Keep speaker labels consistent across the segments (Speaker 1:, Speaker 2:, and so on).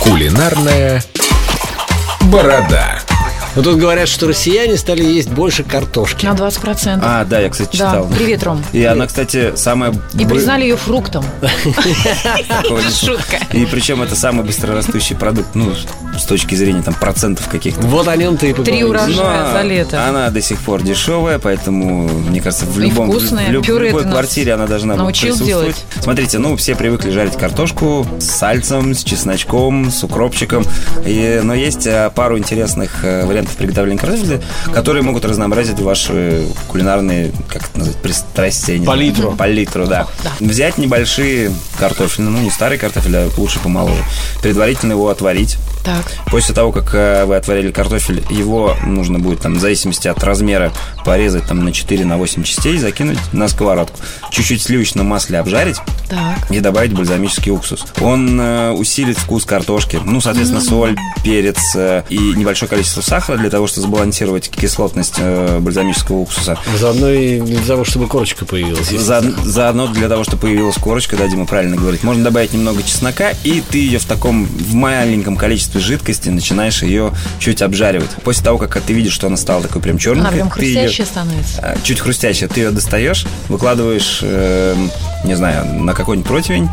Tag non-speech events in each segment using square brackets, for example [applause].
Speaker 1: Кулинарная борода.
Speaker 2: Ну тут говорят, что россияне стали есть больше картошки.
Speaker 3: На 20%.
Speaker 4: А, да, я, кстати,
Speaker 3: да.
Speaker 4: читал.
Speaker 3: Привет, Ром.
Speaker 4: И она, кстати, самая...
Speaker 3: И
Speaker 4: бы-
Speaker 3: признали ее
Speaker 4: [laughs]
Speaker 3: фруктом. Шутка.
Speaker 4: И причем это самый быстрорастущий продукт, ну, с точки зрения там процентов каких-то.
Speaker 2: Вот о нем ты и
Speaker 3: Три
Speaker 2: поговорил.
Speaker 3: ура- Урожая
Speaker 4: Но
Speaker 3: за лето.
Speaker 4: Она до сих пор дешевая, поэтому, мне кажется, в,
Speaker 3: И
Speaker 4: любом, в
Speaker 3: вкусная.
Speaker 4: люб-
Speaker 3: Пюре
Speaker 4: любой
Speaker 3: ты нас
Speaker 4: квартире она должна быть
Speaker 3: научил
Speaker 4: присутствовать.
Speaker 3: делать.
Speaker 4: Смотрите, ну, все привыкли жарить картошку с сальцем, с чесночком, с укропчиком. И- но есть э, пару интересных э, вариантов приготовления картошки, которые могут разнообразить ваши кулинарные, как это назвать, пристрастия. не знаю.
Speaker 2: Палитру.
Speaker 4: Палитру, да. Взять небольшие картофели, ну, не старый картофель, а лучше помоложе. Предварительно его отварить.
Speaker 3: Так.
Speaker 4: После того, как э, вы отварили картофель, его нужно будет там, в зависимости от размера порезать там, на 4-8 частей, закинуть на сковородку. Чуть-чуть в сливочном масле обжарить
Speaker 3: Так.
Speaker 4: и добавить бальзамический уксус. Он э, усилит вкус картошки. Ну, соответственно, соль, перец э, и небольшое количество сахара для того, чтобы сбалансировать кислотность э, бальзамического уксуса.
Speaker 2: Заодно и для того, чтобы корочка появилась.
Speaker 4: За- заодно для того, чтобы появилась корочка, да, Дима правильно говорит, можно добавить немного чеснока, и ты ее в таком, в маленьком количестве жидкости начинаешь ее чуть обжаривать. После того, как ты видишь, что она стала такой прям черной,
Speaker 3: Она прям
Speaker 4: Ну, ты ее-
Speaker 3: хрустящая становится.
Speaker 4: а, чуть хрустящая, ты ее достаешь, выкладываешь, эм, не знаю, на какой-нибудь противень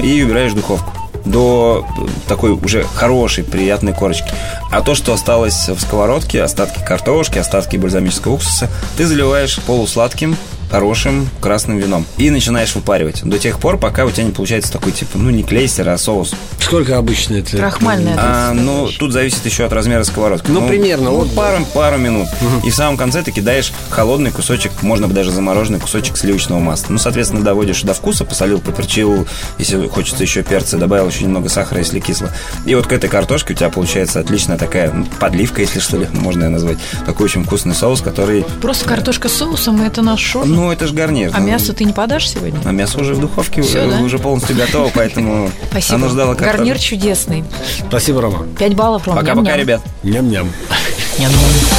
Speaker 4: и убираешь в духовку до э, такой уже хорошей, приятной корочки. А то, что осталось в сковородке, остатки картошки, остатки бальзамического уксуса, ты заливаешь полусладким, хорошим красным вином. И начинаешь выпаривать до тех пор, пока у тебя не получается такой, типа, ну, не клейстер, а соус.
Speaker 2: Сколько обычно это?
Speaker 3: Крахмальная.
Speaker 4: А,
Speaker 3: так
Speaker 4: ну,
Speaker 3: сказать.
Speaker 4: тут зависит еще от размера сковородки.
Speaker 2: Ну, примерно,
Speaker 4: ну,
Speaker 2: вот.
Speaker 4: пару, пару минут. И в самом конце ты кидаешь холодный кусочек, можно бы даже замороженный кусочек сливочного масла. Ну, соответственно, доводишь до вкуса, посолил, поперчил, если хочется еще перца, добавил еще немного сахара, если кисло. И вот к этой картошке у тебя получается отличная такая ну, подливка, если что ли, можно ее назвать. Такой очень вкусный соус, который...
Speaker 3: Просто картошка с соусом, и это наш шо.
Speaker 4: Ну, это же гарнир.
Speaker 3: А
Speaker 4: Ну,
Speaker 3: мясо ты не подашь сегодня?
Speaker 4: а мясо уже в духовке,
Speaker 3: Всё,
Speaker 4: э,
Speaker 3: да?
Speaker 4: уже полностью готово, поэтому
Speaker 3: Спасибо.
Speaker 4: оно ждало картошки.
Speaker 3: Гарнир чудесный.
Speaker 2: Спасибо, Рома.
Speaker 3: Пять баллов, Ром.
Speaker 4: Пока-пока,
Speaker 3: Ням-ням.
Speaker 4: ребят.
Speaker 2: Ням-ням.
Speaker 3: Ням-ням.